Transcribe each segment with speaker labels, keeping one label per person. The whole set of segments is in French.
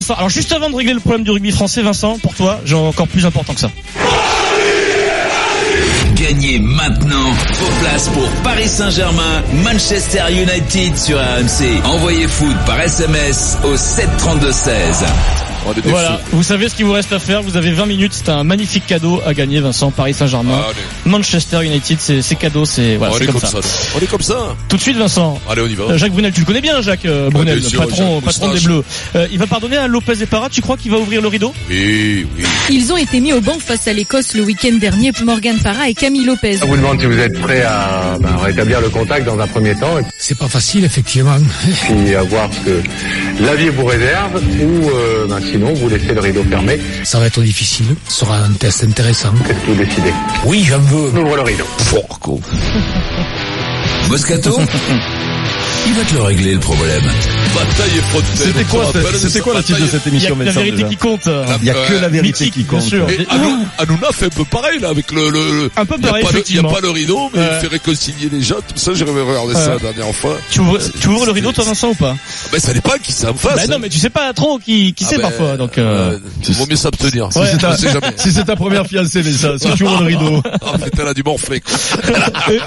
Speaker 1: Vincent. Alors juste avant de régler le problème du rugby français, Vincent, pour toi, j'ai encore plus important que ça.
Speaker 2: Gagnez maintenant vos places pour Paris Saint-Germain, Manchester United sur RMC. Envoyez foot par SMS au 732-16.
Speaker 3: Oh, des
Speaker 1: Voilà,
Speaker 3: défis.
Speaker 1: vous savez ce qu'il vous reste à faire, vous avez 20 minutes, c'est un magnifique cadeau à gagner Vincent, Paris Saint-Germain,
Speaker 3: Allez.
Speaker 1: Manchester United, c'est c'est cadeau, c'est voilà,
Speaker 3: Oh, on
Speaker 1: c'est
Speaker 3: est
Speaker 1: comme
Speaker 3: comme
Speaker 1: ça.
Speaker 3: ça. On est comme ça.
Speaker 1: Tout de suite Vincent,
Speaker 3: Allez, on y va.
Speaker 1: Euh, Jacques Brunel, tu le connais bien Jacques euh, Brunel,
Speaker 3: Ah, bien sûr,
Speaker 1: patron,
Speaker 3: Jacques
Speaker 1: patron des
Speaker 3: Moustache.
Speaker 1: Bleus. Euh, il va pardonner à Lopez et Parra, tu crois qu'il va ouvrir le rideau
Speaker 3: Oui, oui.
Speaker 4: Ils ont été mis au banc face à l'Écosse le week-end dernier. Morgan Parra et Camille Lopez.
Speaker 5: On vous demande si vous êtes prêt à ben, rétablir le contact dans un premier temps et
Speaker 6: C'est pas facile, effectivement.
Speaker 5: puis à voir ce que la vie vous réserve ou euh, ben, sinon vous laissez le rideau fermé.
Speaker 6: Ça va être difficile. Ce sera un test intéressant.
Speaker 5: Qu'est-ce que vous décidez
Speaker 6: Oui, j'en veux.
Speaker 5: On ouvre le rideau.
Speaker 3: Porco.
Speaker 2: Moscato Il va te le régler le problème.
Speaker 3: Bataille et fraude.
Speaker 7: C'était
Speaker 3: On
Speaker 7: quoi,
Speaker 3: se rappelle
Speaker 7: cette- c'était
Speaker 3: de
Speaker 7: quoi le
Speaker 3: bataille.
Speaker 7: titre de cette
Speaker 1: Il y a
Speaker 7: émission,
Speaker 1: que la
Speaker 7: Vincent,
Speaker 1: vérité
Speaker 7: déjà
Speaker 1: qui compte. euh,
Speaker 3: La-
Speaker 7: Il y a que la vérité
Speaker 1: mythique,
Speaker 7: qui
Speaker 1: bien
Speaker 7: compte.
Speaker 1: sûr.
Speaker 3: Et
Speaker 1: Des-
Speaker 3: Hanou- Hanouna fait un peu pareil là avec le, le, le-
Speaker 1: Un peu
Speaker 3: il y a
Speaker 1: pareil,
Speaker 3: pas le- Il n'y a
Speaker 1: effectivement.
Speaker 3: pas le rideau, mais
Speaker 1: Ouais.
Speaker 3: il fait réconcilier les gens. Tout ça, j'ai regardé
Speaker 1: Ouais.
Speaker 3: ça la dernière fois. Ah,
Speaker 1: Tu ouvres, tu ouvres le rideau toi Vincent ou pas
Speaker 3: Mais ça n'est pas qui s'en fasse.
Speaker 1: Bah non
Speaker 3: hein.
Speaker 1: mais tu sais pas trop qui, qui
Speaker 3: Ah
Speaker 1: sait
Speaker 3: ben,
Speaker 1: parfois donc euh,
Speaker 3: euh, vaut mieux s'abstenir.
Speaker 1: Ouais.
Speaker 3: On sait jamais.
Speaker 7: Si c'est ta première fiancée, mais ça, si tu ouvres le rideau.
Speaker 3: Ah, putain, elle a du morfler. quoi.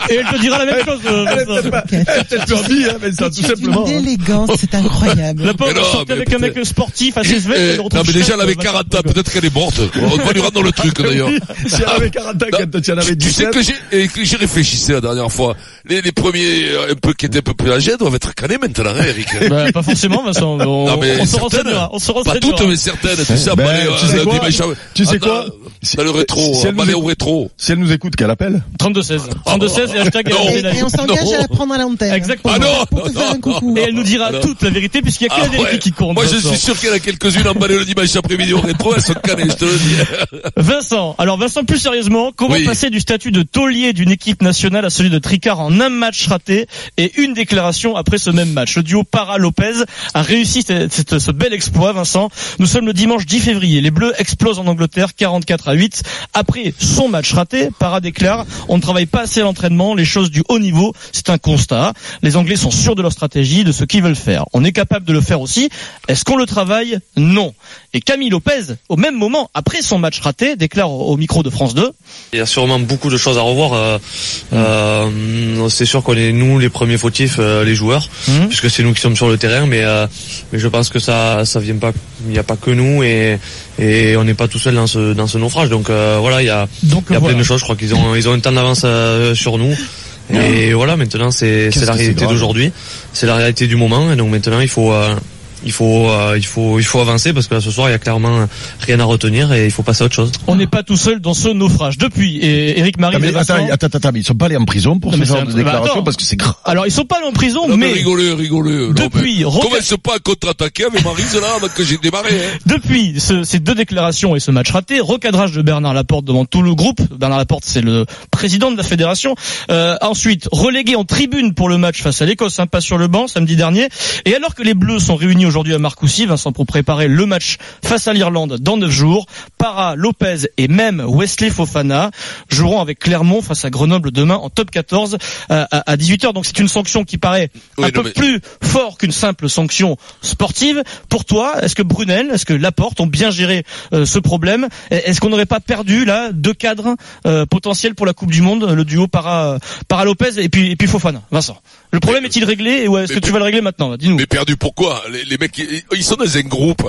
Speaker 1: et, et elle te dira la même chose euh,
Speaker 7: Elle est
Speaker 1: Vincent.
Speaker 7: peut-être pas- elle est peut-être pas envie, hein, mais ça, tout simplement.
Speaker 8: Une élégance, c'est incroyable.
Speaker 1: La pauvre
Speaker 3: Mais non,
Speaker 1: elle sortait
Speaker 3: mais
Speaker 1: avec un mec
Speaker 3: putain.
Speaker 1: sportif à
Speaker 3: Et-
Speaker 1: 16
Speaker 3: et-
Speaker 1: mètres.
Speaker 3: non, mais déjà, elle avait 40 ans. Peut-être qu'elle est morte. On va lui rendre dans le truc, d'ailleurs. Ah,
Speaker 7: Si elle avait 40 ans,
Speaker 3: Non,
Speaker 7: quand tu en avais
Speaker 3: Tu sais
Speaker 7: 17.
Speaker 3: que j'ai, et que j'y réfléchissais la dernière fois. Les, les premiers, euh, un peu, qui étaient un peu plus âgés, doivent être canés maintenant, hein, Eric.
Speaker 1: Bah, pas forcément, Vincent. On,
Speaker 3: Non, mais
Speaker 1: on se
Speaker 3: certaines.
Speaker 1: renseignera. On se
Speaker 3: Pas
Speaker 1: renseignera.
Speaker 3: toutes, mais certaines. Tu sais, à
Speaker 7: Ben,
Speaker 3: Balai,
Speaker 7: tu sais
Speaker 3: euh,
Speaker 7: quoi
Speaker 3: dimanche à-
Speaker 7: Tu sais
Speaker 3: Ah,
Speaker 7: quoi
Speaker 3: dans- Dans le rétro,
Speaker 7: Si
Speaker 3: à
Speaker 7: elle nous
Speaker 3: Balai
Speaker 7: écoute-
Speaker 3: au rétro.
Speaker 7: Si elle nous écoute, qu'elle appelle.
Speaker 1: 32-16. 32-16 et hashtag
Speaker 3: Ah, bah, Non.
Speaker 8: Et,
Speaker 1: LRB
Speaker 8: et
Speaker 1: Live.
Speaker 8: on s'engage
Speaker 3: Non.
Speaker 8: à la prendre à l'antenne.
Speaker 1: Exactement.
Speaker 3: Ah non,
Speaker 8: Pour te
Speaker 3: non,
Speaker 8: faire un coucou. hein.
Speaker 1: Et elle nous dira
Speaker 3: Alors.
Speaker 1: toute la vérité puisqu'il y a que
Speaker 3: Ah
Speaker 1: la vérité
Speaker 3: ouais.
Speaker 1: qui compte.
Speaker 3: Moi, je
Speaker 1: Vincent.
Speaker 3: suis sûr qu'il y en a quelques-unes emballées le dimanche après-midi au rétro, elles sont canées, je te le dis.
Speaker 1: Vincent, alors Vincent, plus sérieusement, comment
Speaker 3: Oui.
Speaker 1: passer du statut de taulier d'une équipe nationale à celui de tricard en un match raté et une déclaration après ce même match Le duo Para-Lopez a réussi cette- cette- ce bel exploit, Vincent. Nous sommes le dimanche 10 février. Les Bleus explosent en Angleterre 44 à 8. Après son match raté, Para déclare « On ne travaille pas assez à l'entraînement, les choses du haut niveau, c'est un constat. Les Anglais sont sûrs de leur stratégie, de ce qu'ils veulent faire. On est capable de le faire aussi. Est-ce qu'on le travaille Non. » Et Camille Lopez, au même moment, après son match raté, déclare au au micro de France 2
Speaker 9: Il y a sûrement beaucoup de choses à revoir. euh,
Speaker 7: Hmm.
Speaker 9: euh, c'est sûr qu'on est nous les premiers fautifs, euh, les joueurs,
Speaker 7: Hmm.
Speaker 1: Mhm.
Speaker 9: puisque c'est nous qui sommes sur le terrain. Mais, euh, mais je pense que ça, ça vient pas. Il n'y a pas que nous et, et on n'est pas tout seul dans ce dans ce naufrage. Donc euh, voilà, il y a,
Speaker 1: Donc
Speaker 9: il y a
Speaker 1: voilà.
Speaker 9: plein de choses. Je crois qu'ils ont ils ont un temps d'avance euh, sur nous. Et voilà, maintenant c'est c'est
Speaker 7: Hmm. que
Speaker 9: la
Speaker 7: c'est
Speaker 9: réalité
Speaker 7: grave.
Speaker 9: d'aujourd'hui, c'est la réalité du moment. Et donc maintenant il faut euh, il faut euh, il faut il faut avancer parce que là, ce soir il y a clairement rien à retenir et il faut passer à autre chose.
Speaker 1: On n'est pas tout seul dans ce naufrage. Depuis, et Eric Marie
Speaker 7: Ah, mais attends, attends, attends, mais ils sont pas allés en prison pour
Speaker 1: Non,
Speaker 7: ce
Speaker 1: mais
Speaker 7: genre
Speaker 1: c'est un-
Speaker 7: de
Speaker 1: bah, attends.
Speaker 7: déclaration parce que c'est grave.
Speaker 1: Alors, ils sont pas allés en prison,
Speaker 3: Non, mais
Speaker 1: mais
Speaker 3: rigoleux, rigoleux. Non,
Speaker 1: Depuis,
Speaker 3: mais
Speaker 1: Roca-
Speaker 3: Commence pas à contre-attaquer avec Marise là, avant que j'ai démarré, hein.
Speaker 1: depuis ce- ces deux déclarations et ce match raté, recadrage de Bernard Laporte devant tout le groupe. Bernard Laporte, c'est le président de la fédération. Euh, ensuite, relégué en tribune pour le match face à l'Écosse, hein, pas sur le banc samedi dernier. Et alors que les Bleus sont réunis aujourd'hui à Marcoussis, Vincent, pour préparer le match face à l'Irlande dans neuf jours, Para, Lopez et même Wesley Fofana joueront avec Clermont face à Grenoble demain en top 14 à, à, 18h. Donc c'est une sanction qui paraît
Speaker 3: Oui,
Speaker 1: un
Speaker 3: non,
Speaker 1: peu
Speaker 3: mais-
Speaker 1: plus fort qu'une simple sanction sportive. Pour toi, est-ce que Brunel, est-ce que Laporte ont bien géré euh, ce problème Et Est-ce qu'on n'aurait pas perdu là deux cadres euh, potentiels pour la Coupe du Monde, le duo para, para Lopez et puis, et puis Fofana Vincent, le problème
Speaker 3: Mais-
Speaker 1: est-il réglé et ouais, est-ce que
Speaker 3: mais-
Speaker 1: tu vas le régler maintenant Bah, Dis-nous.
Speaker 3: Mais perdu pourquoi les, les mecs, ils, ils sont dans un groupe.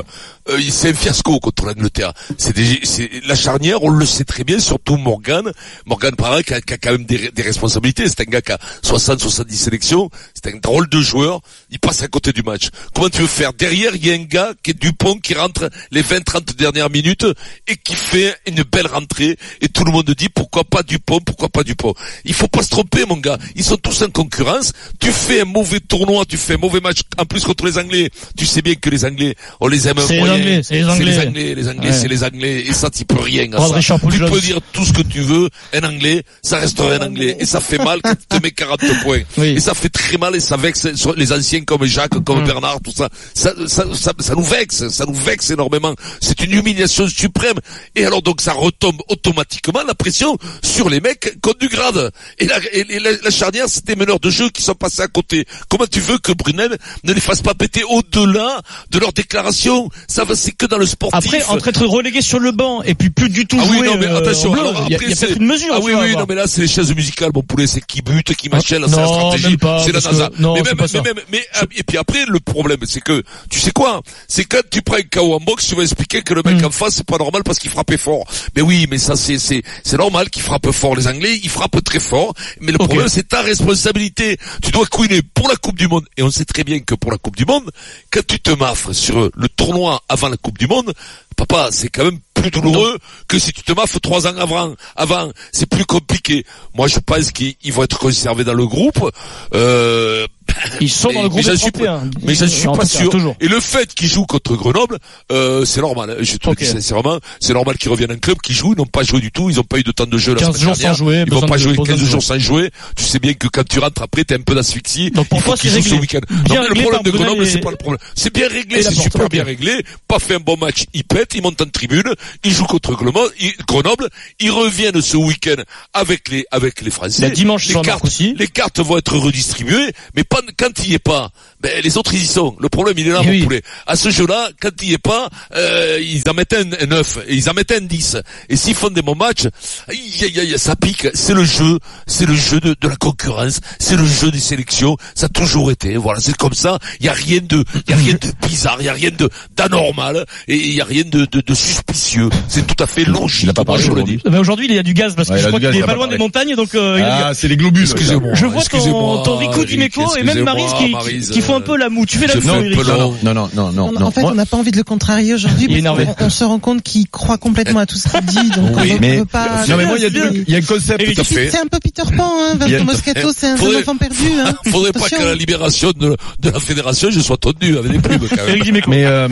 Speaker 3: Euh, ils- c'est un fiasco contre l'Angleterre. C'est des- c'est la charnière, on le sait très bien, surtout Morgan. Morgan Parra qui a, qui a quand même des, des responsabilités. C'est un gars qui a 60, 70 sélections. C'est un drôle de joueur. Il passe à côté du match. Comment tu veux faire Derrière, il y a un gars qui est Dupont qui rentre les 20, 30 dernières minutes et qui fait une belle rentrée. Et tout le monde dit pourquoi pas Dupont, pourquoi pas Dupont. Il faut pas se tromper, mon gars. Ils sont tous en concurrence. Tu fais un mauvais tournoi, tu fais un mauvais match en plus contre les Anglais. Tu sais bien que les Anglais, on les aime un
Speaker 1: C'est les
Speaker 3: moyen.
Speaker 1: Anglais, c'est les
Speaker 3: C'est
Speaker 1: Anglais.
Speaker 3: les Anglais, les Anglais,
Speaker 1: Ouais.
Speaker 3: c'est les Anglais. Et ça, tu peux rien à
Speaker 1: Rendre
Speaker 3: ça.
Speaker 1: Richard Pouliot.
Speaker 3: Tu peux dire tout ce que tu veux, un Anglais, ça restera un Anglais. Et ça fait mal quand tu te mets 40 points.
Speaker 1: Oui. Mm.
Speaker 3: Et ça fait très mal et ça vexe sur les anciens comme Jacques, comme Bernard, tout ça. Ça, ça, ça. ça nous vexe, ça nous vexe énormément. C'est une humiliation suprême. Et alors donc ça retombe automatiquement la pression sur les mecs qui ont du grade. Et la, et la- la charnière, c'est des meneurs de jeu qui sont passé à côté. Comment tu veux que Brunel ne les fasse pas péter au-delà de leur déclaration Ça va, c'est que dans le sportif.
Speaker 1: Après, entre être relégué sur le banc et puis plus du tout
Speaker 3: Ah oui,
Speaker 1: jouer,
Speaker 3: non, mais
Speaker 1: euh,
Speaker 3: attention.
Speaker 1: en bleu,
Speaker 3: alors
Speaker 1: il y a,
Speaker 3: après,
Speaker 1: il y a
Speaker 3: c'est-
Speaker 1: peut-être une mesure.
Speaker 3: Ah
Speaker 1: tu
Speaker 3: oui,
Speaker 1: vois, à
Speaker 3: oui,
Speaker 1: avoir.
Speaker 3: non, mais là, c'est les chaises musicales. Mon poulet, c'est qui bute, qui machin, là, c'est la
Speaker 1: Ah, non,
Speaker 3: stratégie.
Speaker 1: même pas,
Speaker 3: C'est la
Speaker 1: parce que-
Speaker 3: NASA.
Speaker 1: non,
Speaker 3: mais
Speaker 1: c'est
Speaker 3: même,
Speaker 1: pas
Speaker 3: mais
Speaker 1: ça.
Speaker 3: même, mais, ah, et puis après, le problème, c'est que, tu sais quoi? C'est quand tu prends un KO en boxe, tu vas expliquer que le mec en face, c'est pas normal parce qu'il frappait fort. Mais oui, mais ça, c'est, c'est, c'est normal qu'il frappe fort. Les Anglais, ils frappent très fort. Mais le problème, c'est ta responsabilité. Tu dois couiner pour la Coupe du Monde. Et on sait très bien que pour la Coupe du Monde, quand tu te maffres sur le tournoi avant la Coupe du Monde, papa, c'est quand même plus douloureux que si tu te maffes trois ans avant. Avant, c'est plus compliqué. Moi, je pense qu'ils ils vont être conservés dans le groupe. Euh,
Speaker 1: Ils sont
Speaker 3: mais-
Speaker 1: dans le groupe
Speaker 3: mais
Speaker 1: des
Speaker 3: je suis
Speaker 1: 31.
Speaker 3: pas- mais je
Speaker 1: Ils-
Speaker 3: suis
Speaker 1: en
Speaker 3: pas
Speaker 1: tout cas,
Speaker 3: sûr.
Speaker 1: toujours.
Speaker 3: Et le fait qu'ils jouent contre Grenoble, euh, c'est normal. Je te
Speaker 1: Ok.
Speaker 3: le dis sincèrement, c'est normal qu'ils reviennent à un club qui joue. Ils n'ont pas joué du tout. Ils n'ont pas eu de temps de jeu la
Speaker 1: 15
Speaker 3: semaine
Speaker 1: jours
Speaker 3: dernière.
Speaker 1: sans jouer,
Speaker 3: Ils vont
Speaker 1: besoin
Speaker 3: pas
Speaker 1: de-
Speaker 3: jouer
Speaker 1: besoin de
Speaker 3: 15 jours
Speaker 1: jouer.
Speaker 3: sans jouer. Tu sais bien que quand tu rentres après, t'es un peu d'asphyxie.
Speaker 1: Donc pour
Speaker 3: Il faut
Speaker 1: toi,
Speaker 3: qu'ils
Speaker 1: c'est
Speaker 3: jouent ce
Speaker 1: réglé.
Speaker 3: week-end.
Speaker 1: Bien
Speaker 3: Non, mais le
Speaker 1: réglé par
Speaker 3: problème de
Speaker 1: Brunel
Speaker 3: Grenoble,
Speaker 1: et-
Speaker 3: c'est pas le problème. C'est bien réglé.
Speaker 1: et la
Speaker 3: C'est
Speaker 1: porte,
Speaker 3: super
Speaker 1: ok.
Speaker 3: bien réglé. Pas fait un bon match. Ils pètent. Ils montent en tribune. Ils jouent contre Grenoble. Ils, Grenoble. Ils reviennent ce week-end avec les, avec les Français.
Speaker 1: Il y a Bah, dimanche
Speaker 3: les
Speaker 1: soir, Marc,
Speaker 3: cartes,
Speaker 1: aussi.
Speaker 3: les cartes vont être redistribuées, mais pas, quand il n'y est pas, ben, les autres ils y sont. Le problème il est là,
Speaker 1: Eh
Speaker 3: mon
Speaker 1: oui.
Speaker 3: poulet. À ce jeu-là, quand il n'y est pas, euh, ils en mettent un, un 9, et ils en mettent un 10. Et s'ils font des bons matchs, aïe, aïe, aïe, ça pique. C'est le jeu, c'est le jeu de, de la concurrence, c'est le jeu des sélections, ça a toujours été. Voilà, c'est comme ça. Il n'y a rien de, il y a rien de bizarre, il n'y a rien de d'anormal, et il n'y a rien de, de, de suspicieux. C'est tout à fait logique.
Speaker 7: Il a pas parlé
Speaker 3: moi, je le dis.
Speaker 7: aujourd'hui.
Speaker 1: Ben, aujourd'hui, il y a du gaz parce que
Speaker 7: Ouais, il
Speaker 1: je
Speaker 7: y a
Speaker 1: crois
Speaker 7: du gaz,
Speaker 1: qu'il est
Speaker 7: il a
Speaker 1: pas
Speaker 7: pas
Speaker 1: loin
Speaker 7: parlé.
Speaker 1: des montagnes, donc euh, il y a du gaz.
Speaker 7: Ah, c'est les globules.
Speaker 3: Excusez-moi.
Speaker 1: Je vois ton,
Speaker 3: Excusez-moi,
Speaker 1: ton Rico
Speaker 3: Eric,
Speaker 1: Di Meco et même
Speaker 3: excusez-moi,
Speaker 1: Marise qui,
Speaker 3: Maryse,
Speaker 1: qui font un peu la moue. Tu fais la
Speaker 3: je
Speaker 1: moue,
Speaker 3: fais un
Speaker 1: Eric.
Speaker 3: peu la-
Speaker 7: Non, non, non, non, non.
Speaker 8: Non, mais
Speaker 7: non.
Speaker 8: en fait,
Speaker 7: Moi-
Speaker 8: on n'a pas envie de le contrarier aujourd'hui.
Speaker 1: Il est
Speaker 8: parce
Speaker 1: énervé.
Speaker 8: qu'on- On, se rend compte qu'il croit complètement à tout ce qu'il dit, donc
Speaker 7: Oui,
Speaker 8: on ne
Speaker 7: mais-
Speaker 8: peut pas.
Speaker 7: Non, mais moi, il y a
Speaker 1: Bien.
Speaker 7: deux- il y a un concept.
Speaker 1: Eric,
Speaker 3: Tout à fait.
Speaker 8: C'est un peu Peter Pan, hein.
Speaker 7: Il y a-
Speaker 8: Vincent Moscato, c'est un
Speaker 3: Faudrait-
Speaker 8: jeune enfant perdu, hein.
Speaker 3: Faudrait pas
Speaker 8: Attention.
Speaker 3: qu'à la libération de, de la fédération, je sois tenu avec des plumes quand même.
Speaker 1: Eric Di Meco.
Speaker 7: Mais euh,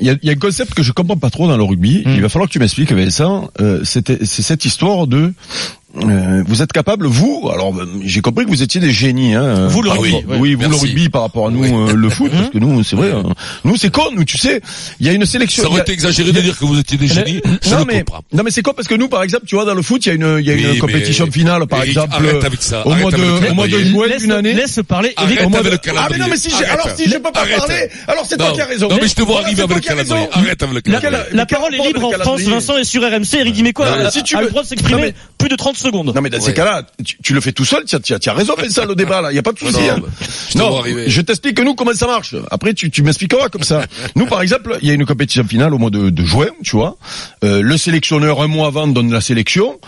Speaker 7: il y, a, il y a un concept que je comprends pas trop dans le rugby.
Speaker 3: Hmm.
Speaker 1: Mm.
Speaker 7: Il va falloir que tu m'expliques, Vincent. Euh, c'était- c'est cette histoire de euh, vous êtes capable, vous. Alors euh, j'ai compris que vous étiez des génies. Hein, euh,
Speaker 1: Vous, le
Speaker 3: Ah
Speaker 7: par-
Speaker 1: rugby,
Speaker 7: Oui,
Speaker 1: ouais.
Speaker 7: oui, vous le
Speaker 3: Merci.
Speaker 7: rugby par rapport à nous euh, le foot, parce que nous c'est vrai. euh, nous c'est con, nous tu sais. Il y a une sélection.
Speaker 3: Ça
Speaker 7: il y
Speaker 3: aurait
Speaker 7: a-
Speaker 3: été exagéré de dire que vous étiez des génies. Je
Speaker 7: non
Speaker 3: le
Speaker 7: mais,
Speaker 3: comprends.
Speaker 7: non mais c'est con parce que nous par exemple tu vois dans le foot il y a une il y a
Speaker 3: Oui,
Speaker 7: une
Speaker 3: mais-
Speaker 7: compétition finale par
Speaker 3: Eric,
Speaker 7: exemple euh,
Speaker 3: arrête avec ça,
Speaker 7: au
Speaker 3: arrête
Speaker 7: mois
Speaker 3: avec le
Speaker 7: de au mois de
Speaker 3: calendrier.
Speaker 7: juin
Speaker 1: Laisse,
Speaker 7: d'une année
Speaker 1: laisse parler.
Speaker 3: Arrête
Speaker 1: Eric,
Speaker 7: au mois
Speaker 3: avec
Speaker 7: de-
Speaker 3: le calendrier.
Speaker 7: Ah mais non mais si j'ai
Speaker 3: Arrête.
Speaker 7: alors si j'ai pas
Speaker 3: Arrête.
Speaker 7: parlé alors c'est toi
Speaker 3: Non.
Speaker 7: qui as raison
Speaker 3: Non, mais je te vois
Speaker 7: Voilà,
Speaker 3: arriver
Speaker 7: c'est
Speaker 3: avec
Speaker 7: toi
Speaker 3: le
Speaker 7: qui as
Speaker 3: calendrier.
Speaker 7: raison.
Speaker 3: Arrête avec le
Speaker 1: La,
Speaker 3: calendrier.
Speaker 1: la parole est
Speaker 7: rapport
Speaker 1: libre en
Speaker 7: avec le
Speaker 1: France,
Speaker 7: calendrier
Speaker 1: Vincent est sur RMC, Eric Dimeco
Speaker 7: Non,
Speaker 1: a,
Speaker 7: mais si tu
Speaker 1: a le
Speaker 7: veux-
Speaker 1: droit de s'exprimer
Speaker 7: Non, mais-
Speaker 1: plus de 30 secondes.
Speaker 7: Non mais dans
Speaker 3: Ouais.
Speaker 7: ces cas-là, tu, tu le fais tout seul, tu as, tu as- tu as raison Vincent, le débat là, il y a pas de souci.
Speaker 3: Non,
Speaker 7: hein.
Speaker 3: bah, je te vois arriver.
Speaker 7: je t'explique nous comment ça marche. Après tu, tu m'expliqueras comme ça. Nous par exemple, il y a une compétition finale au mois de, de juin, tu vois. Euh, le sélectionneur un mois avant donne la sélection.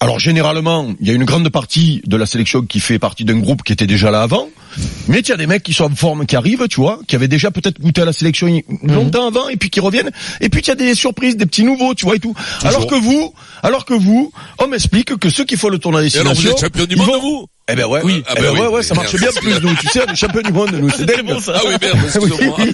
Speaker 7: Alors généralement, il y a une grande partie de la sélection qui fait partie d'un groupe qui était déjà là avant, mais il y a des mecs qui sont en forme, qui arrivent, tu vois, qui avaient déjà peut-être goûté à la sélection il-
Speaker 3: Mhm.
Speaker 7: longtemps avant, et puis qui reviennent, et puis il y a des surprises, des petits nouveaux, tu vois, et tout. Alors que vous, alors que vous, on m'explique que ceux qui font le tournoi des
Speaker 3: Et alors vous
Speaker 7: nations,
Speaker 3: êtes champion du
Speaker 7: ils
Speaker 3: monde,
Speaker 7: vont-
Speaker 3: vous
Speaker 7: Eh ben ouais,
Speaker 3: Oui.
Speaker 7: eh
Speaker 3: Ah
Speaker 7: ben
Speaker 3: ben oui,
Speaker 7: ouais, ouais,
Speaker 3: mais
Speaker 7: ça marche bien
Speaker 3: merde.
Speaker 7: plus, nous, tu sais, on est champion du monde, nous, c'est dingue.
Speaker 1: bon, ça.
Speaker 3: Ah oui, merde, excusez-moi.
Speaker 7: Oui.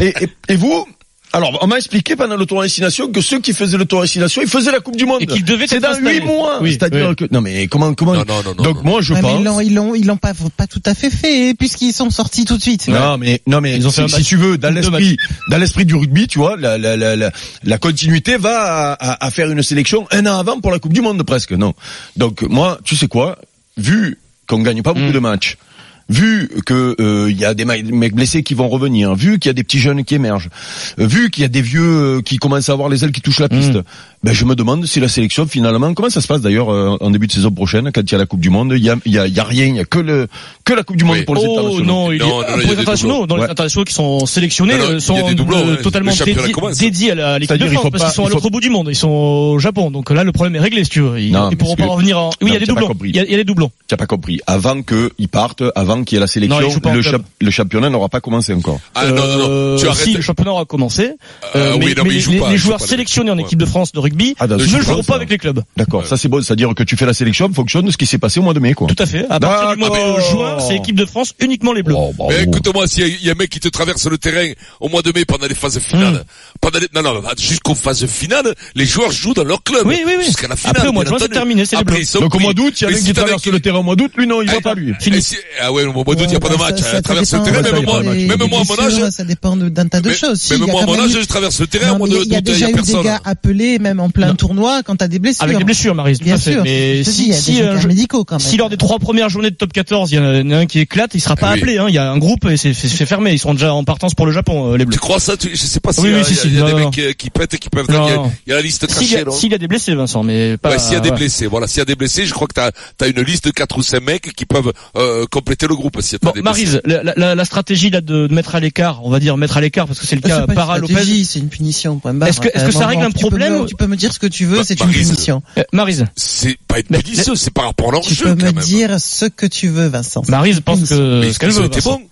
Speaker 7: et, et- et vous alors, on m'a expliqué pendant le tour destination que ceux qui faisaient le tour destination, ils faisaient la Coupe du Monde.
Speaker 1: Et qu'ils devaient
Speaker 7: C'est
Speaker 1: être
Speaker 7: dans
Speaker 1: installés.
Speaker 7: huit mois.
Speaker 1: Oui,
Speaker 7: C'est-à-dire
Speaker 1: oui.
Speaker 7: que, non mais comment, comment.
Speaker 3: Non, non, non, non,
Speaker 7: Donc
Speaker 3: non.
Speaker 7: moi, je
Speaker 8: Ouais, mais
Speaker 7: pense.
Speaker 8: ils l'ont, ils l'ont, ils l'ont pas, pas tout à fait fait, puisqu'ils sont sortis tout de suite.
Speaker 7: Non mais non mais
Speaker 1: Ils ont fait un
Speaker 7: si,
Speaker 1: match.
Speaker 7: si tu veux dans
Speaker 1: Deux
Speaker 7: l'esprit dans l'esprit du rugby tu vois la la la la, la continuité va à, à- à faire une sélection un an avant pour la Coupe du Monde presque non donc moi tu sais quoi vu qu'on gagne pas
Speaker 1: Mm.
Speaker 7: beaucoup de matchs Vu que euh, il y a des ma- mecs blessés qui vont revenir, vu qu'il y a des petits jeunes qui émergent, euh, vu qu'il y a des vieux euh, qui commencent à avoir les ailes qui touchent la
Speaker 1: Mm.
Speaker 7: piste, ben je me demande si la sélection finalement comment ça se passe d'ailleurs euh, en début de saison prochaine quand il y a la Coupe du Monde, il y a il y a, il y a rien, il y a que le que la Coupe du Monde
Speaker 3: Oui.
Speaker 7: pour les
Speaker 1: Oh
Speaker 7: internationaux.
Speaker 1: non, il y a,
Speaker 3: Non, non,
Speaker 1: pour
Speaker 3: il y a
Speaker 1: les
Speaker 3: des
Speaker 1: internationaux,
Speaker 3: doublons.
Speaker 1: dans les
Speaker 7: Ouais.
Speaker 1: internationaux qui sont sélectionnés,
Speaker 3: Non, non,
Speaker 1: euh,
Speaker 3: il y a
Speaker 1: sont
Speaker 3: des doublons,
Speaker 1: euh,
Speaker 3: ouais.
Speaker 1: totalement
Speaker 3: Le championnat
Speaker 1: dédi-
Speaker 3: commence.
Speaker 1: dédiés à la- à l'équipe de
Speaker 7: C'est-à-dire, il
Speaker 1: France
Speaker 7: faut
Speaker 1: parce
Speaker 7: pas-
Speaker 1: qu'ils sont à
Speaker 7: il faut-
Speaker 1: l'autre bout du monde, ils sont au Japon, donc là le problème est réglé si tu veux. Ils,
Speaker 7: Non,
Speaker 1: ils
Speaker 7: mais
Speaker 1: pourront
Speaker 7: parce
Speaker 1: pas
Speaker 7: que-
Speaker 1: revenir en. Oui, il y a
Speaker 7: Non,
Speaker 1: des
Speaker 7: t'as pas
Speaker 1: doublons.
Speaker 7: compris.
Speaker 1: Il y a, il y a des doublons.
Speaker 7: Tu n'as pas compris. Avant qu'ils partent, avant qu'il y ait la sélection,
Speaker 1: Non, ils jouent pas en
Speaker 7: le,
Speaker 1: club.
Speaker 7: cha- le championnat n'aura pas commencé encore.
Speaker 3: Ah non, non, non, tu
Speaker 1: Euh, Si
Speaker 3: arrêtes.
Speaker 1: le championnat aura commencé,
Speaker 3: Euh,
Speaker 1: mais,
Speaker 3: oui, non,
Speaker 1: mais
Speaker 3: mais ils
Speaker 1: les,
Speaker 3: jouent
Speaker 1: les-
Speaker 3: pas,
Speaker 1: les
Speaker 3: ils jouent
Speaker 1: joueurs
Speaker 3: pas, les-
Speaker 1: sélectionnés en
Speaker 3: ouais.
Speaker 1: équipe de France de rugby
Speaker 7: Ah, d'accord,
Speaker 1: ne
Speaker 7: je
Speaker 1: joueront
Speaker 7: comprends,
Speaker 1: pas
Speaker 7: ça.
Speaker 1: avec les clubs.
Speaker 7: D'accord, ça c'est bon, c'est-à-dire que tu fais la sélection en fonction de ce qui s'est passé au mois de mai, quoi.
Speaker 1: Tout à fait. À partir du mois de
Speaker 7: D'accord.
Speaker 1: juin, c'est équipe de France uniquement les bleus.
Speaker 7: Oh, bravo.
Speaker 3: Mais écoute-moi, s'il y, a- il y a un mec qui te traverse le terrain au mois de mai pendant les phases finales,
Speaker 7: Hmm.
Speaker 3: pendant les, non, non, bah, jusqu'aux phases finales, les joueurs jouent dans leur club.
Speaker 1: Oui, oui, oui.
Speaker 3: Jusqu'à la finale.
Speaker 1: Après, au mois de
Speaker 3: bien
Speaker 1: juin, c'est
Speaker 3: entendu.
Speaker 1: terminé, c'est les
Speaker 3: Après,
Speaker 1: bleus.
Speaker 3: ils sont
Speaker 7: Donc au
Speaker 3: pris.
Speaker 7: mois d'août, il y a
Speaker 3: Mais
Speaker 7: un
Speaker 3: si
Speaker 7: qui
Speaker 3: t'en as
Speaker 7: traverse le terrain au mois d'août, lui non, il va
Speaker 3: Eh,
Speaker 7: pas lui.
Speaker 3: eh, si- Ah ouais, au mois d'août, il n'y a pas de
Speaker 8: Ouais,
Speaker 3: match.
Speaker 8: ça- ça
Speaker 3: Elle traverse le
Speaker 8: dépend-
Speaker 3: terrain,
Speaker 7: Ouais, ça
Speaker 3: même moi,
Speaker 7: dépend des-
Speaker 3: même
Speaker 8: des
Speaker 3: moi à mon
Speaker 8: blessures,
Speaker 3: âge.
Speaker 8: Ça dépend de- d'un tas de
Speaker 3: mais-
Speaker 8: choses. Si,
Speaker 3: Même
Speaker 8: il y a
Speaker 3: moi à
Speaker 8: quand
Speaker 3: mon
Speaker 8: même
Speaker 3: âge,
Speaker 8: eu-
Speaker 3: je traverse le terrain, au
Speaker 8: Non,
Speaker 3: mois
Speaker 8: mais
Speaker 3: d'août,
Speaker 8: Il y a déjà
Speaker 3: a
Speaker 8: eu des
Speaker 3: personne.
Speaker 8: gars appelés, même en plein
Speaker 1: Non.
Speaker 8: tournoi, quand t'as des blessures.
Speaker 1: Avec les blessures, Maris, tout
Speaker 8: Bien
Speaker 1: à fait.
Speaker 8: sûr.
Speaker 1: Mais
Speaker 8: Je te dis,
Speaker 1: si,
Speaker 8: il y a
Speaker 1: si,
Speaker 8: des
Speaker 1: un
Speaker 8: écarts
Speaker 1: jour-
Speaker 8: médicaux quand même.
Speaker 1: si lors des trois premières journées de top 14, il y en a- il y en a un qui éclate, il sera pas
Speaker 3: Ah oui.
Speaker 1: appelé. Hein. Il y a un groupe et c'est c'est- c'est fermé. Ils seront déjà en partance pour le Japon, euh, les
Speaker 3: Tu
Speaker 1: Bleus.
Speaker 3: crois ça? Tu- Je sais pas si
Speaker 1: Oui,
Speaker 3: il y a,
Speaker 1: oui, si,
Speaker 3: il y a-
Speaker 1: si,
Speaker 3: il y a
Speaker 1: non,
Speaker 3: des
Speaker 1: non.
Speaker 3: mecs qui, qui pètent et qui peuvent,
Speaker 1: Non,
Speaker 3: il y a-
Speaker 1: non.
Speaker 3: il y a la liste
Speaker 1: S'il y,
Speaker 3: cachée,
Speaker 1: a-
Speaker 3: non?
Speaker 1: s'il y a des blessés, Vincent, mais pas.
Speaker 3: Ouais, s'il y a des
Speaker 1: voilà.
Speaker 3: blessés, voilà, s'il y a des blessés, je crois que t'as as une liste de quatre ou cinq mecs qui peuvent euh, compléter le groupe. Si
Speaker 1: Bon, Marise, la, la- la stratégie là de, de mettre à l'écart, on va dire mettre à l'écart parce que c'est le
Speaker 8: Ah, C'est
Speaker 1: cas
Speaker 8: pas une
Speaker 1: Para Lopez.
Speaker 8: stratégie, C'est une punition. Point barre.
Speaker 1: Est-ce que- est-ce que ça
Speaker 8: Vraiment,
Speaker 1: règle un
Speaker 8: tu peux
Speaker 1: problème
Speaker 8: me-
Speaker 1: ou-
Speaker 8: Tu peux me dire ce que tu veux,
Speaker 3: Bah,
Speaker 8: c'est une
Speaker 3: Maryse,
Speaker 8: punition.
Speaker 1: Euh, Marise,
Speaker 3: c'est pas une
Speaker 1: Mais-
Speaker 3: punition, c'est par rapport à
Speaker 8: Tu
Speaker 3: l'enjeu
Speaker 8: peux
Speaker 3: quand
Speaker 8: me
Speaker 3: même.
Speaker 8: dire ce que tu veux, Vincent.
Speaker 1: Marise pense
Speaker 3: Mais
Speaker 1: que ce qu'elle
Speaker 3: ils ont
Speaker 1: veut.
Speaker 3: été
Speaker 1: Vincent.
Speaker 3: bons.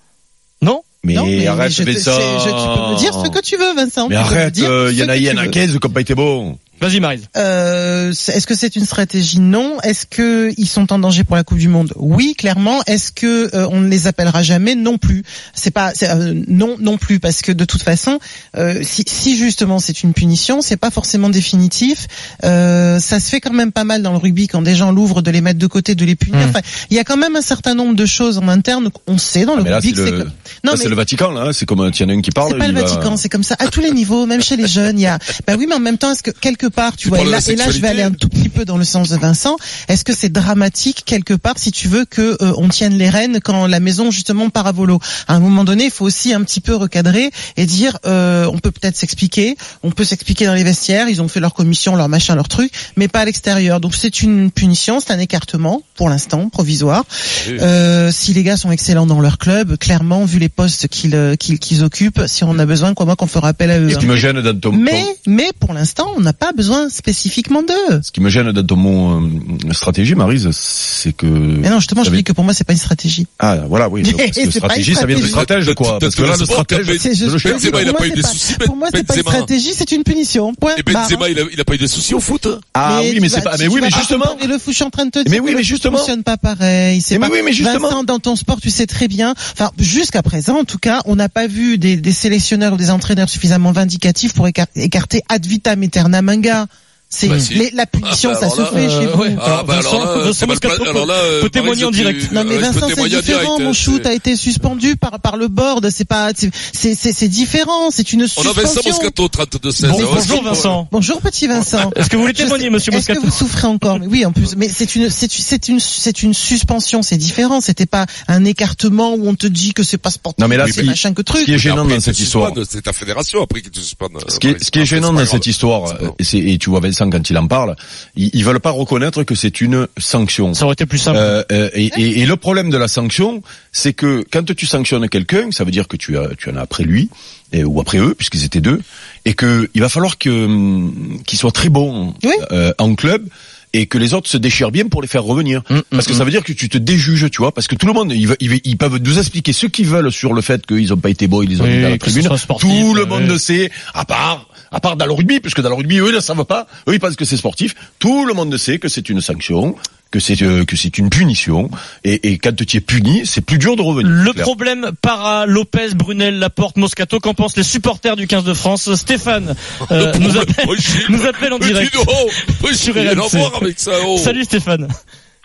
Speaker 1: Non,
Speaker 7: Mais,
Speaker 8: Non, mais
Speaker 7: arrête,
Speaker 8: je te-
Speaker 7: Vincent.
Speaker 8: c'est- je- Tu peux me dire ce que tu veux, Vincent.
Speaker 7: Mais
Speaker 8: Tu peux me
Speaker 7: arrête,
Speaker 8: dire
Speaker 7: euh, il y
Speaker 8: ce
Speaker 7: en a,
Speaker 8: que
Speaker 7: il y
Speaker 8: tu
Speaker 7: en a
Speaker 8: veux.
Speaker 7: 15 qui ont pas été bons.
Speaker 1: vas-y Marise.
Speaker 8: Euh, c'est- est-ce que c'est une stratégie Non. Est-ce que ils sont en danger pour la Coupe du Monde Oui, clairement. Est-ce que euh, on ne les appellera jamais Non plus. C'est pas c'est, euh, non non plus parce que de toute façon, euh, si, si justement c'est une punition, c'est pas forcément définitif. Euh, ça se fait quand même pas mal dans le rugby quand des gens l'ouvrent de les mettre de côté, de les punir.
Speaker 7: Hmm.
Speaker 1: Mm.
Speaker 8: Enfin, il y a quand même un certain nombre de choses en interne qu'on sait dans le
Speaker 7: Ah, mais là,
Speaker 8: rugby.
Speaker 7: c'est
Speaker 8: que
Speaker 7: le-
Speaker 8: que- non
Speaker 7: Ça, c'est le Vatican, là. C'est comme, tiens, il y en a un qui parle.
Speaker 8: c'est pas le
Speaker 7: il va-
Speaker 8: Vatican, c'est comme ça. À tous les niveaux, même chez les jeunes, il y a. Bah oui, mais en même temps, est-ce que quelque part, tu
Speaker 3: Tu
Speaker 8: vois, et
Speaker 3: parles de
Speaker 8: là,
Speaker 3: la
Speaker 8: et là, je vais
Speaker 3: sexualité
Speaker 8: aller un tout petit peu dans le sens de Vincent. Est-ce que c'est dramatique quelque part si tu veux que euh, on tienne les rênes quand la maison justement part à volo À un moment donné, il faut aussi un petit peu recadrer et dire, euh, on peut peut-être s'expliquer, on peut s'expliquer dans les vestiaires. Ils ont fait leur commission, leur machin, leur truc, mais pas à l'extérieur. Donc c'est une punition, c'est un écartement pour l'instant provisoire.
Speaker 3: Oui.
Speaker 8: Euh, si les gars sont excellents dans leur club, clairement, vu les postes qu'ils euh, qu'ils qu'ils occupent, si on a besoin, quoi moi qu'on fera appel à eux.
Speaker 7: Ce qui
Speaker 8: hein.
Speaker 7: me gêne dans ton,
Speaker 8: Mais
Speaker 7: ton-
Speaker 8: mais pour l'instant, on n'a pas besoin spécifiquement d'eux.
Speaker 7: ce qui me gêne dans ton mot, euh, stratégie, Marise, c'est que.
Speaker 8: Mais non, justement, je
Speaker 7: Ça veut-
Speaker 8: dis que pour moi, c'est pas une stratégie.
Speaker 7: Ah, voilà, oui. Parce
Speaker 8: C'est
Speaker 7: que
Speaker 8: pas
Speaker 7: stratégie,
Speaker 8: une
Speaker 7: ça vient de
Speaker 8: stratégie.
Speaker 7: stratège, quoi. Parce que là, le stratège,
Speaker 8: C'est- je-
Speaker 7: le
Speaker 8: je-
Speaker 7: chef,
Speaker 3: Benzema, il a
Speaker 8: pour
Speaker 3: pas
Speaker 8: moi,
Speaker 3: eu
Speaker 8: c'est
Speaker 3: des
Speaker 8: pas-
Speaker 3: soucis.
Speaker 8: Pour moi, c'est pas une
Speaker 3: Benzema.
Speaker 8: stratégie, c'est une punition. Point.
Speaker 3: Et
Speaker 8: barre.
Speaker 3: Benzema, il a, il a pas eu de soucis au foot. hein.
Speaker 7: Ah oui,
Speaker 8: tu
Speaker 7: mais
Speaker 8: vas-
Speaker 7: c'est pas,
Speaker 8: si
Speaker 7: mais
Speaker 8: tu
Speaker 7: oui,
Speaker 8: vas
Speaker 7: mais
Speaker 8: pas
Speaker 7: justement.
Speaker 8: comparer le fou, je suis en train de te dire.
Speaker 7: Mais oui,
Speaker 8: que le
Speaker 7: mais
Speaker 8: foot
Speaker 7: justement.
Speaker 8: fonctionne pas pareil. C'est
Speaker 7: Mais
Speaker 8: pas-
Speaker 7: oui, mais justement.
Speaker 8: Vincent, dans ton sport, tu sais très bien. Enfin, jusqu'à présent, en tout cas, on n'a pas vu des, des sélectionneurs ou des entraîneurs suffisamment vindicatifs pour écar- écarter ad vitam aeternam un gars. C'est
Speaker 3: Bah, si.
Speaker 8: les- la punition,
Speaker 3: Ah, bah,
Speaker 8: ça se
Speaker 3: alors
Speaker 8: fait
Speaker 1: là,
Speaker 8: chez
Speaker 1: euh,
Speaker 8: vous.
Speaker 1: ouais.
Speaker 3: Ah,
Speaker 1: Alors,
Speaker 3: bah, alors
Speaker 1: Vincent-
Speaker 3: là, euh,
Speaker 1: Vincent
Speaker 3: c'est mal
Speaker 1: Moscato
Speaker 3: pla- alors là, euh,
Speaker 1: peut témoigner
Speaker 3: Marise,
Speaker 1: en
Speaker 3: tu-
Speaker 1: direct.
Speaker 8: Non mais
Speaker 3: euh, je peux
Speaker 8: Vincent, c'est
Speaker 3: témoigner en
Speaker 8: différent.
Speaker 3: direct,
Speaker 8: Mon
Speaker 3: hein,
Speaker 8: shoot
Speaker 3: c'est-
Speaker 8: a été suspendu par par le board. C'est pas, c'est c'est c'est- c'est différent. C'est une
Speaker 3: On a Vincent
Speaker 8: suspension.
Speaker 3: Moscato, 32 16
Speaker 1: Bon, Ah, bonjour Vincent.
Speaker 8: Bonjour petit Vincent.
Speaker 1: Est-ce que vous voulez
Speaker 8: Je
Speaker 1: témoigner,
Speaker 8: sais-
Speaker 1: monsieur
Speaker 8: Est-ce que
Speaker 1: Moscato
Speaker 8: vous souffrez encore Mais Oui, en plus. Mais c'est une, c'est c'est une, c'est une suspension. C'est différent. C'était pas un écartement où on te dit que c'est pas sportif.
Speaker 7: Non, mais là,
Speaker 8: que
Speaker 7: ce
Speaker 8: c'est
Speaker 7: qui-
Speaker 8: machin que
Speaker 7: ce
Speaker 8: truc.
Speaker 7: qui est gênant
Speaker 3: Après,
Speaker 7: dans
Speaker 3: ils te
Speaker 7: cette histoire.
Speaker 3: suspendent, C'est ta fédération après qui te suspende.
Speaker 7: Ce qui est, ce qui est gênant dans cette histoire,
Speaker 3: C'est pas
Speaker 7: euh, et, c'est- et tu vois Vincent quand il en parle, ils, ils veulent pas reconnaître que c'est une sanction.
Speaker 1: Ça aurait été plus simple.
Speaker 7: Euh, euh, et, et- et le problème de la sanction, c'est que quand tu sanctionnes quelqu'un, ça veut dire que tu, as, tu en as après lui et- ou après eux, puisqu'ils étaient deux, et que il va falloir que hum, qu'ils soient très bons
Speaker 8: Oui.
Speaker 7: euh, en club et que les autres se déchirent bien pour les faire revenir.
Speaker 1: Mm, mm,
Speaker 7: Parce que ça veut dire que tu te déjuges, tu vois, parce que tout le monde, ils, veulent- ils, veulent- ils peuvent nous expliquer ce qu'ils veulent sur le fait qu'ils ont pas été beaux, ils les ont
Speaker 1: Oui,
Speaker 7: mis dans la
Speaker 1: que ce
Speaker 7: tribune.
Speaker 1: soit sportif,
Speaker 7: tout le
Speaker 1: euh,
Speaker 7: monde
Speaker 1: oui.
Speaker 7: le sait, à part, à part dans le rugby, puisque dans le rugby, eux, ils ne savent pas, eux, ils pensent que c'est sportif. Tout le monde le sait que c'est une sanction, que c'est, euh, que c'est une punition, et, et quand tu es puni, c'est plus dur de revenir.
Speaker 1: Le
Speaker 7: Claire.
Speaker 1: problème para Lopez, Brunel, Laporte, Moscato, qu'en pensent les supporters du 15 de France Stéphane euh, nous, appelle, nous appelle en direct. Sur
Speaker 3: Sur rien à
Speaker 1: RMC.
Speaker 3: voir avec ça. oh.
Speaker 1: Salut Stéphane.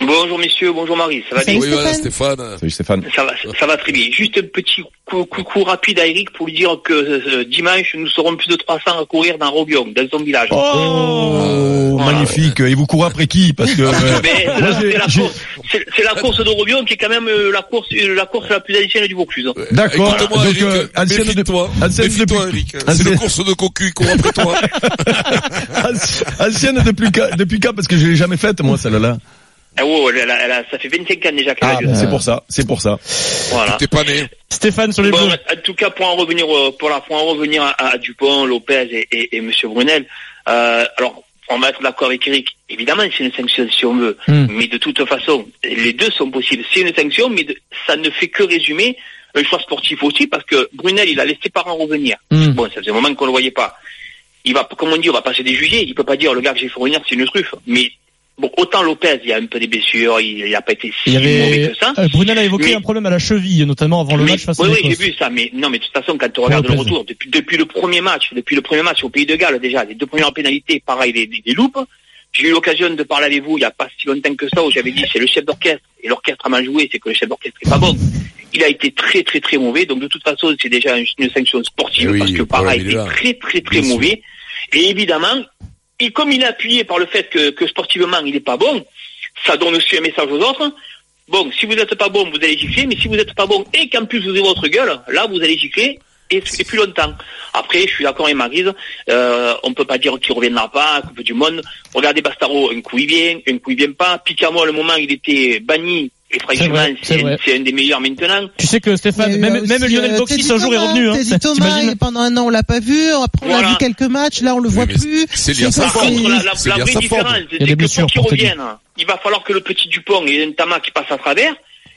Speaker 10: Bonjour messieurs, bonjour Marie, ça va
Speaker 8: Salut
Speaker 10: bien
Speaker 3: Oui, voilà,
Speaker 8: Stéphane.
Speaker 3: Stéphane.
Speaker 7: Salut Stéphane.
Speaker 10: ça va, ça va très bien. Juste un petit cou- coucou rapide à Eric pour lui dire que euh, dimanche, nous serons plus de 300 à courir dans Robion, dans son village.
Speaker 1: Oh,
Speaker 10: Voilà.
Speaker 7: magnifique. Et vous courez après qui Parce que euh,
Speaker 10: Mais c'est
Speaker 7: moi,
Speaker 10: la-
Speaker 7: j'ai-
Speaker 10: c'est la,
Speaker 7: j'ai-
Speaker 10: course- c'est- c'est la course de Robion qui est quand même euh, la course, euh, la course la plus ancienne du Vaucluse.
Speaker 7: D'accord.
Speaker 3: Écoute-moi,
Speaker 7: Donc,
Speaker 3: Eric,
Speaker 7: euh, ancienne de-
Speaker 3: méfie-toi.
Speaker 7: ancienne
Speaker 3: Méfie-toi,
Speaker 7: depuis-
Speaker 3: Eric. C'est
Speaker 7: ancienne-
Speaker 3: le course de cocu, il court après toi.
Speaker 7: anci- ancienne depuis quand Depuis quand Parce que je l'ai jamais faite moi celle-là.
Speaker 10: Ah ouais, elle a- elle a- ça fait 25 ans déjà qu'elle
Speaker 7: Ah,
Speaker 10: a lieu.
Speaker 7: ben, c'est pour ça. C'est pour ça.
Speaker 10: Voilà.
Speaker 3: T'es pas né.
Speaker 1: Stéphane sur les
Speaker 10: Bon,
Speaker 1: bleus.
Speaker 10: en tout cas, pour en revenir, euh, pour, la- pour en revenir à, à Dupont, Lopez et, et, et Monsieur Brunel, euh, alors on va être d'accord avec Eric. Évidemment, c'est une sanction si on veut,
Speaker 1: Hmm.
Speaker 10: mais de toute façon, les deux sont possibles. C'est une sanction, mais de- ça ne fait que résumer un choix sportif aussi, parce que Brunel, il a laissé par en revenir.
Speaker 1: Hmm.
Speaker 10: bah, Bon, ça faisait un moment qu'on le voyait pas. Il va, comme on dit, on va passer des jugés. Il peut pas dire le gars que j'ai fait revenir, c'est une truffe. Mais bon, autant Lopez, il y a un peu des blessures, il n'a pas été si
Speaker 1: Il y
Speaker 10: mauvais
Speaker 1: avait
Speaker 10: que ça.
Speaker 1: euh, Brunel a évoqué
Speaker 10: Mais-
Speaker 1: un problème à la cheville, notamment avant le
Speaker 10: Mais-
Speaker 1: match face à
Speaker 10: oui, oui, j'ai
Speaker 1: l'Écosse.
Speaker 10: vu ça, mais non, mais de toute façon, quand on regarde
Speaker 1: Lopez.
Speaker 10: le retour, depuis, depuis le premier match, depuis le premier match au Pays de Galles, déjà, les deux premières pénalités, pareil, les, les, les loupes.
Speaker 7: J'ai eu l'occasion de parler avec vous il n'y a pas si longtemps que ça, où j'avais dit c'est le chef d'orchestre, et l'orchestre a mal joué, c'est que le chef d'orchestre n'est pas bon. Il a été très très très mauvais, donc de toute façon c'est déjà une une sanction sportive,
Speaker 3: Eh oui,
Speaker 7: parce que
Speaker 3: le
Speaker 7: Parra a
Speaker 3: problème, il est
Speaker 7: été
Speaker 3: là.
Speaker 7: très très très
Speaker 3: Bien sûr.
Speaker 7: mauvais. Et évidemment, et comme il est appuyé par le fait que, que sportivement il n'est pas bon, ça donne aussi un message aux autres. Bon, si vous n'êtes pas bon, vous allez gifler, mais si vous n'êtes pas bon et qu'en plus vous avez votre gueule, là vous allez gifler et, et plus longtemps. Après, je suis d'accord avec Marise, euh, on peut pas dire qu'il reviendra pas, à Coupe du Monde. Regardez Bastaro, un coup il vient, un coup il vient pas. Picamo, à le moment, il était banni. Et franchement,
Speaker 1: vrai, c'est
Speaker 7: c'est un-
Speaker 1: vrai.
Speaker 7: c'est un des meilleurs maintenant.
Speaker 1: Tu sais que Stéphane,
Speaker 7: Il y a eu
Speaker 1: même,
Speaker 7: aussi,
Speaker 1: même Lionel
Speaker 7: euh,
Speaker 1: Boxis
Speaker 7: Teddy
Speaker 1: un jour est
Speaker 7: Thomas,
Speaker 1: revenu. Hein.
Speaker 11: Teddy Thomas,
Speaker 1: T'imagines
Speaker 11: et pendant un an on l'a pas vu, après on
Speaker 7: Voilà.
Speaker 11: a vu quelques matchs, là on le voit plus.
Speaker 3: c'est
Speaker 11: Je
Speaker 3: lié à
Speaker 11: sais
Speaker 3: ça.
Speaker 11: pas
Speaker 7: Par
Speaker 11: si-
Speaker 7: contre, la, la-
Speaker 3: C'est
Speaker 7: la
Speaker 3: bien
Speaker 7: vraie
Speaker 3: ça, Ford.
Speaker 7: différence,
Speaker 3: Il y a
Speaker 7: c'est
Speaker 3: des
Speaker 7: que
Speaker 3: blessures,
Speaker 7: pour qu'il
Speaker 3: pour te dire.
Speaker 7: revienne, il va falloir que le petit Dupont et Ntama qui passe à travers,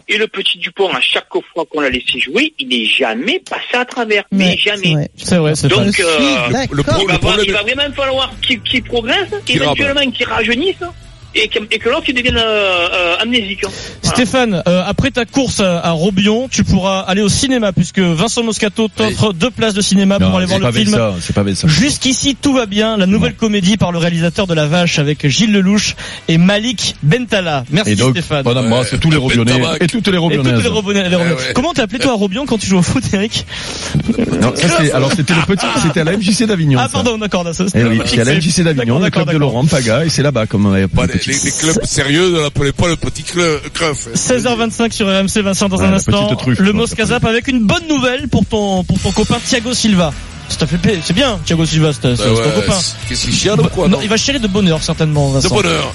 Speaker 7: et le petit Dupont, à chaque fois qu'on l'a laissé jouer, il n'est jamais passé à travers. Mais
Speaker 11: Ouais,
Speaker 7: jamais.
Speaker 1: C'est vrai, c'est vrai.
Speaker 7: Donc, euh,
Speaker 11: d'accord.
Speaker 3: Le pro-
Speaker 7: il, va,
Speaker 3: le problème-
Speaker 7: il va vraiment falloir qu'il qu'il progresse,
Speaker 3: Qu'il rame.
Speaker 7: éventuellement qu'il rajeunisse, et que, et que l'autre il devienne euh, euh, amnésique. hein. Voilà.
Speaker 1: Stéphane, euh, après ta course à, à Robion, tu pourras aller au cinéma puisque Vincent Moscato t'offre deux places de cinéma
Speaker 8: Non,
Speaker 1: pour aller
Speaker 8: c'est
Speaker 1: voir
Speaker 8: pas
Speaker 1: le film.
Speaker 8: Belsa, c'est pas Belsa.
Speaker 1: Jusqu'ici, tout va bien. La nouvelle comédie par le réalisateur de La Vache avec Gilles Lelouch et Malik Bentala. Merci
Speaker 8: Et donc,
Speaker 1: Stéphane.
Speaker 8: on embrasse
Speaker 3: Ouais,
Speaker 8: tous les
Speaker 3: le
Speaker 8: Robionnais
Speaker 3: Pentamac.
Speaker 8: et toutes
Speaker 1: Et
Speaker 8: les
Speaker 1: toutes les
Speaker 8: Robionnaises.
Speaker 1: Robonnais- les Robonnais.
Speaker 3: ouais.
Speaker 1: Comment t'as appelé toi à Robion quand tu joues au foot, Eric
Speaker 8: Non, ça c'est, alors c'était le petit, c'était à la MJC d'Avignon.
Speaker 1: Ah
Speaker 8: ça.
Speaker 1: pardon, d'accord, d'accord.
Speaker 8: Eh oui, c'est à la MJC d'Avignon, le
Speaker 1: D'accord,
Speaker 8: club
Speaker 1: d'accord.
Speaker 8: de Laurent Paga, et c'est là-bas, comme euh, on avait
Speaker 3: Pas
Speaker 8: pas
Speaker 3: les, les- les clubs sérieux ne l'appelaient pas le petit club, creuf.
Speaker 1: 16h25 sur RMC Vincent dans
Speaker 8: Ouais,
Speaker 1: un
Speaker 8: la
Speaker 1: instant.
Speaker 8: petite truffe,
Speaker 1: le
Speaker 8: quoi,
Speaker 1: Moscazap avec une bonne nouvelle pour ton pour ton copain Thiago Silva. Ça t'a fait plaisir. C'est bien, Thiago Silva, c'est c'est
Speaker 3: Bah
Speaker 1: ton
Speaker 3: ouais,
Speaker 1: copain.
Speaker 3: Qu'est-ce qu'il chiale ou quoi
Speaker 1: Non, il va chérir de bonheur certainement
Speaker 3: De
Speaker 1: Vincent.
Speaker 3: bonheur.